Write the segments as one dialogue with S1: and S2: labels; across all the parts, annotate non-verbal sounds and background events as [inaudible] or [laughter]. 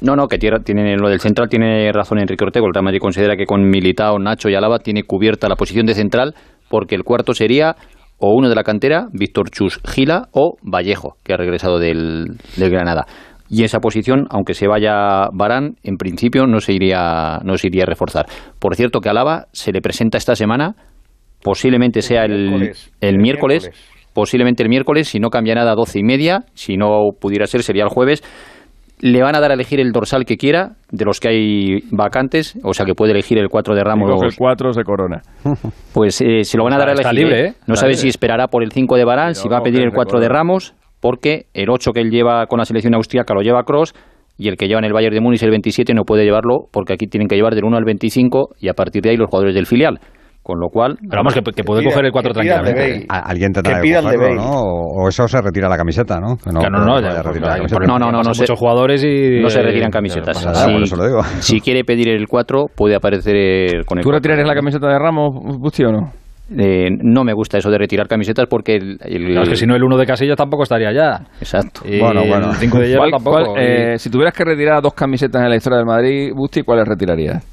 S1: No, no, que tiene, tiene- lo del central tiene razón Enrique Ortego. El Real Madrid considera que con Militao, Nacho y Alaba tiene cubierta la posición de central porque el cuarto sería o uno de la cantera, Víctor Chus Gila o Vallejo, que ha regresado del, del Granada. Y esa posición, aunque se vaya Barán, en principio no se iría no se iría a reforzar. Por cierto, que Alaba se le presenta esta semana, posiblemente sea el,
S2: miércoles.
S1: el
S2: El
S1: miércoles,
S2: miércoles.
S1: posiblemente el miércoles, si no cambia nada, doce y media, si no pudiera ser, sería el jueves le van a dar a elegir el dorsal que quiera, de los que hay vacantes, o sea que puede elegir el 4 de
S3: Si coge
S1: Ramos,
S3: el 4 se corona.
S1: pues eh, se lo van a dar a
S4: Está
S1: elegir.
S4: libre, ¿eh?
S1: No
S4: Está
S1: sabe
S4: libre.
S1: si esperará por el 5 de Barán, si va a
S3: ojo,
S1: pedir
S3: que
S1: el 4 de
S3: recuerda.
S1: Ramos, porque el 8 que él lleva con la selección austríaca lo lleva Cross y el que lleva en el Bayern de Múnich el 27 no puede llevarlo porque aquí tienen que llevar del 1 al 25 y a partir de ahí los jugadores del filial. Con lo cual,
S4: Pero vamos, que, que puede
S2: pida-
S4: coger el 4
S2: que pida
S4: tranquilamente.
S2: Debey.
S5: A- Alguien tendrá
S2: Que
S5: que
S2: pida el
S5: cogerlo,
S2: debate.
S5: ¿no? O o eso se retira la camiseta, ¿no? Que
S4: Que no, no,
S5: que
S4: ya, pues,
S5: vaya a
S4: porque
S5: retirar la
S4: hay
S5: camiseta.
S1: No, no,
S4: problema,
S1: no,
S4: pasan
S1: no
S4: muchos
S1: se-
S4: jugadores y.
S1: no se retiran
S4: eh,
S1: camisetas.
S4: no pasa
S5: nada,
S1: si,
S5: por eso lo digo.
S1: si quiere pedir el 4, puede aparecer con el
S3: ¿Tú
S1: 4.
S3: retirarías la camiseta de Ramos, Busti, o no?
S1: Eh, no me gusta eso de retirar camisetas porque el, el-
S4: Claro, es que si no, Eh, el 1 de Casillas tampoco estaría ya.
S1: Exacto.
S4: Y
S5: Bueno, bueno.
S4: El 5 de Hierro
S3: ¿Cuál-
S4: tampoco.
S3: cuál, eh, Si tuvieras que retirar dos camisetas en la historia del Madrid, Busti, ¿cuáles retirarías?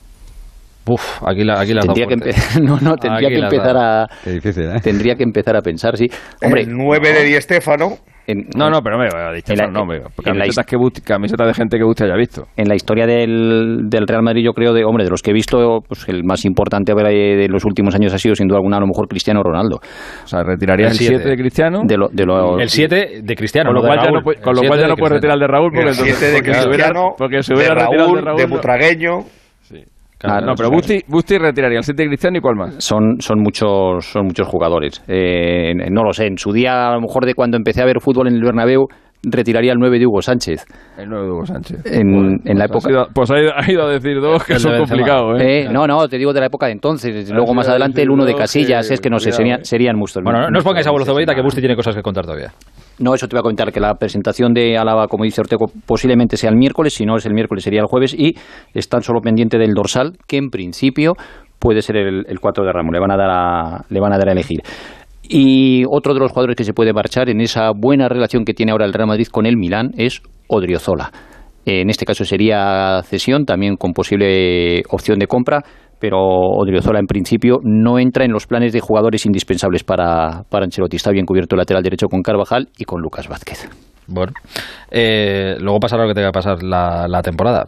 S4: Y- Uf, aquí, la, aquí las
S1: Tendría que empe- [laughs] no, no, tendría que empezar a
S5: Qué difícil, ¿eh?
S1: tendría que empezar a pensar, sí. Hombre,
S2: el 9 de Di Stéfano.
S1: en,
S3: No, no, pero me he dicho
S1: En la-
S3: no, no, me-
S1: en la
S3: camisetas,
S1: his-
S3: que Busti- camisetas de gente que Busti haya visto.
S1: en la historia del, del Real Madrid, yo creo, de hombre, de los que he visto, pues el más importante de de los últimos años ha sido sin duda alguna a lo mejor Cristiano Ronaldo.
S3: O sea, retirarías
S4: El
S3: el
S4: siete.
S3: 7 de Cristiano.
S1: De lo, de lo-
S4: El 7 de Cristiano.
S3: con lo
S4: de
S3: cual ya
S4: Raúl.
S3: no, puede-
S4: El
S3: con lo
S4: siete
S3: cual ya
S4: de
S3: no puedes
S4: Cristiano.
S3: retirar el de Raúl porque
S2: El
S3: entonces-
S2: 7 de
S3: porque se hubiera-
S2: Cristiano.
S3: porque se
S2: de
S3: hubiera retirado el
S2: Raúl,
S3: de Raúl.
S2: de
S3: no.
S2: Butragueño.
S3: Ah, no, pero Busti, Busti retiraría el 7 de Cristiano y cuál más.
S1: son, son muchos son muchos jugadores. Eh, no lo sé, en su día, a lo mejor de cuando empecé a ver fútbol en el Bernabéu, retiraría el 9 de Hugo Sánchez.
S3: El 9 de Hugo Sánchez.
S1: En- en la
S3: Pues
S1: época-
S3: has ido- pues ha ido, ha ido a decir dos que
S4: El de
S3: son
S4: Benzema.
S3: complicados, ¿eh?
S1: Eh, no, no, te digo de la época de entonces. Luego
S3: sí,
S1: más
S3: sí,
S1: adelante
S3: sí,
S1: el uno de
S3: no,
S1: Casillas,
S3: que-
S1: es que no sé,
S3: cuidado,
S1: serían,
S3: eh.
S1: serían muchos.
S4: Bueno, no, no os pongáis a vuelo cebollita, que
S1: no.
S4: Busti tiene cosas que contar todavía.
S1: No, eso te voy a comentar, que la presentación de Álava, como dice Ortego, posiblemente sea el miércoles, si no es el miércoles sería el jueves, y están solo pendiente del dorsal, que en principio puede ser el, el 4 de Ramos, le van, a dar a, le van a dar a elegir. Y otro de los jugadores que se puede marchar en esa buena relación que tiene ahora el Real Madrid con el Milán es Odriozola. En este caso sería cesión, también con posible opción de compra, pero Odriozola en principio no entra en los planes de jugadores indispensables para, para Ancelotti. Está bien cubierto el lateral derecho con Carvajal y con Lucas Vázquez.
S4: Bueno, eh, luego pasará lo que tenga que pasar la, la temporada.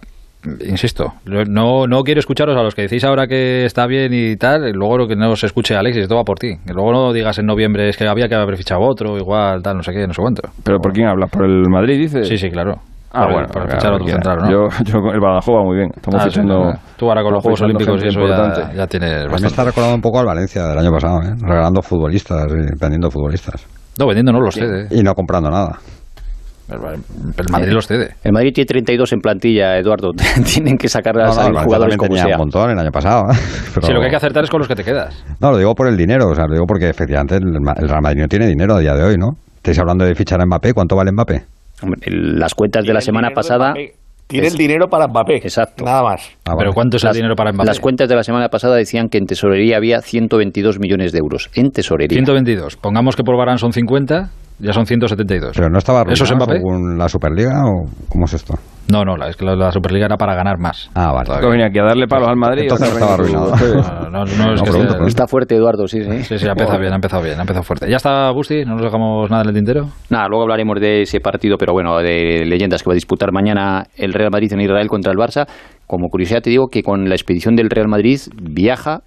S4: Insisto, lo- no, no quiero escucharos a los que decís ahora que está bien y tal, y luego lo que no os escuche Alexis, esto va por ti. Que luego no digas en noviembre es que había que haber fichado otro, igual, tal, no sé qué, no sé cuánto.
S3: ¿Pero por quién hablas? ¿Por el Madrid, dices?
S4: Sí, sí, claro.
S3: Ah,
S4: Para-
S3: bueno,
S4: para
S3: claro,
S4: fichar otro
S3: cualquiera.
S4: central, ¿no?
S3: Yo, yo con el Badajoz va muy bien. Estamos
S4: Ah, sí,
S3: fichando.
S4: no, no. Tú ahora con los Juegos
S3: estamos fichando
S4: Olímpicos y
S3: gente
S4: eso ya,
S3: importante.
S4: ya tienes
S5: A mí me está
S4: bastante.
S5: recordando un poco al Valencia del año pasado, ¿eh? regalando futbolistas y vendiendo futbolistas.
S4: No, vendiendo no los cede. eh.
S5: Y no comprando nada.
S4: El Madrid los cede.
S1: El Madrid tiene 32 en plantilla, Eduardo. [laughs] Tienen que sacar
S5: No,
S1: a
S5: no, el
S1: salir
S5: Valencia
S1: jugadores
S5: también
S1: como
S5: tenía
S1: sea.
S5: un montón el año pasado. ¿eh? [laughs] Pero- Ah,
S4: Sí, lo que hay que acertar es con los que te quedas.
S5: No, lo digo por el dinero, o sea, lo digo porque efectivamente el, Ma- el Real Madrid no tiene dinero a día de hoy, ¿no? Estáis hablando de fichar a Mbappé, ¿cuánto vale Mbappé?
S1: Hombre, el- las cuentas de la semana pasada...
S2: Tiene
S1: Es-
S2: el dinero para Mbappé.
S1: Exacto.
S2: Nada más.
S5: Ah,
S4: Pero
S5: vale.
S4: ¿cuánto es el
S1: las-
S4: dinero para Mbappé?
S1: Las cuentas de la semana pasada decían que en tesorería había 122 millones de euros. En tesorería.
S4: 122. Pongamos que por Barán son 50, ya son 172.
S5: Pero no estaba
S4: ¿Eso es
S5: arruinado
S4: Mbappé?
S5: según la Superliga o cómo es esto?
S4: No, no, la, es que la, la Superliga era para ganar más.
S5: Ah, vale.
S3: Yo venía aquí a darle palos al Madrid.
S5: Entonces no estaba
S4: [laughs]
S5: arruinado. [laughs]
S4: No, no, no, es
S5: No,
S4: que
S5: pregunto,
S4: este-
S1: Está fuerte, Eduardo, sí, sí.
S4: Sí, sí, ha [laughs] empezado bien, ha empezado bien, ha empezado fuerte. Ya está Busti, no nos dejamos nada en el tintero.
S1: Nada, luego hablaremos de ese partido, pero bueno, de leyendas que va a disputar mañana el Real Madrid en Israel contra el Barça. Como curiosidad te digo que con la expedición del Real Madrid viaja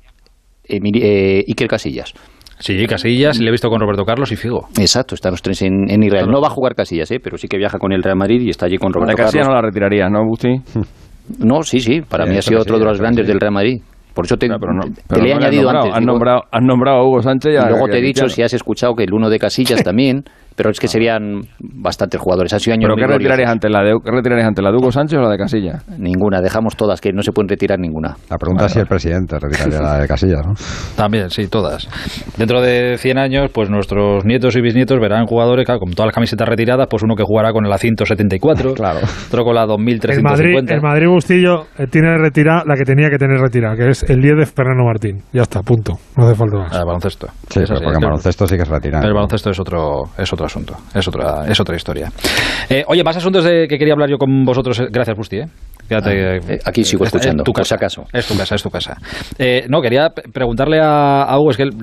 S1: Emili- eh, Iker Casillas.
S4: Sí, Casillas, y le he visto con Roberto Carlos y Figo.
S1: Exacto, están los tres en, en Israel. No va a jugar Casillas, ¿eh? pero sí que viaja con el Real Madrid y está allí con
S3: La
S1: Roberto
S3: casilla no
S1: Carlos.
S3: la retirarías, ¿no, Busti?
S1: No, sí, sí, para
S5: Sí,
S1: mí ha
S5: eso
S1: sido
S5: Casillas,
S1: otro de los
S5: eso
S1: grandes
S5: Casillas.
S1: del Real Madrid. Por eso te,
S3: No, pero no.
S1: te- te
S3: pero
S1: le he
S3: no
S1: añadido
S3: has nombrado,
S1: antes.
S3: Has
S1: digo-
S3: nombrado, has nombrado a Hugo Sánchez y
S1: Y
S3: a-
S1: luego
S3: y a
S1: te he dicho,
S3: Cristiano.
S1: si has escuchado, que el uno de [laughs] Casillas también, pero es que serían bastantes jugadores. Ha sido año
S3: ¿Pero qué retirarías antes? ¿La de, qué retirarías antes, la de Hugo Sánchez o la de Casilla?
S1: Ninguna, dejamos todas, que no se pueden retirar ninguna.
S5: La pregunta es si el presidente
S4: [laughs]
S5: retiraría la de Casillas, ¿no?
S4: También, sí, todas. Dentro de 100 años, pues nuestros nietos y bisnietos verán jugadores, claro, con todas las camisetas retiradas, pues uno que jugará con la [laughs] 174,
S5: Claro.
S4: otro con la
S6: El Madrid,
S4: 2350.
S6: el Madrid Bustillo eh, tiene retirada la que tenía que tener retirada, que es el 10 de Fernando Martín. Ya está, punto. No hace falta más.
S4: Ah, baloncesto.
S5: Sí,
S4: Es
S5: pero
S4: así,
S5: porque en
S4: pero-
S5: baloncesto sí que se retira.
S4: pero el baloncesto es otro, es otro otro asunto, es otra, es otra historia. Eh, oye, más asuntos de que quería hablar yo con vosotros. eh, Gracias, Busti. ¿eh? Quédate,
S1: eh, aquí sigo
S4: es- es
S1: escuchando,
S4: tu
S1: por
S4: casa.
S1: si acaso.
S4: Es tu casa, es tu casa. Eh, no, quería p- preguntarle a, a Hugo, es que él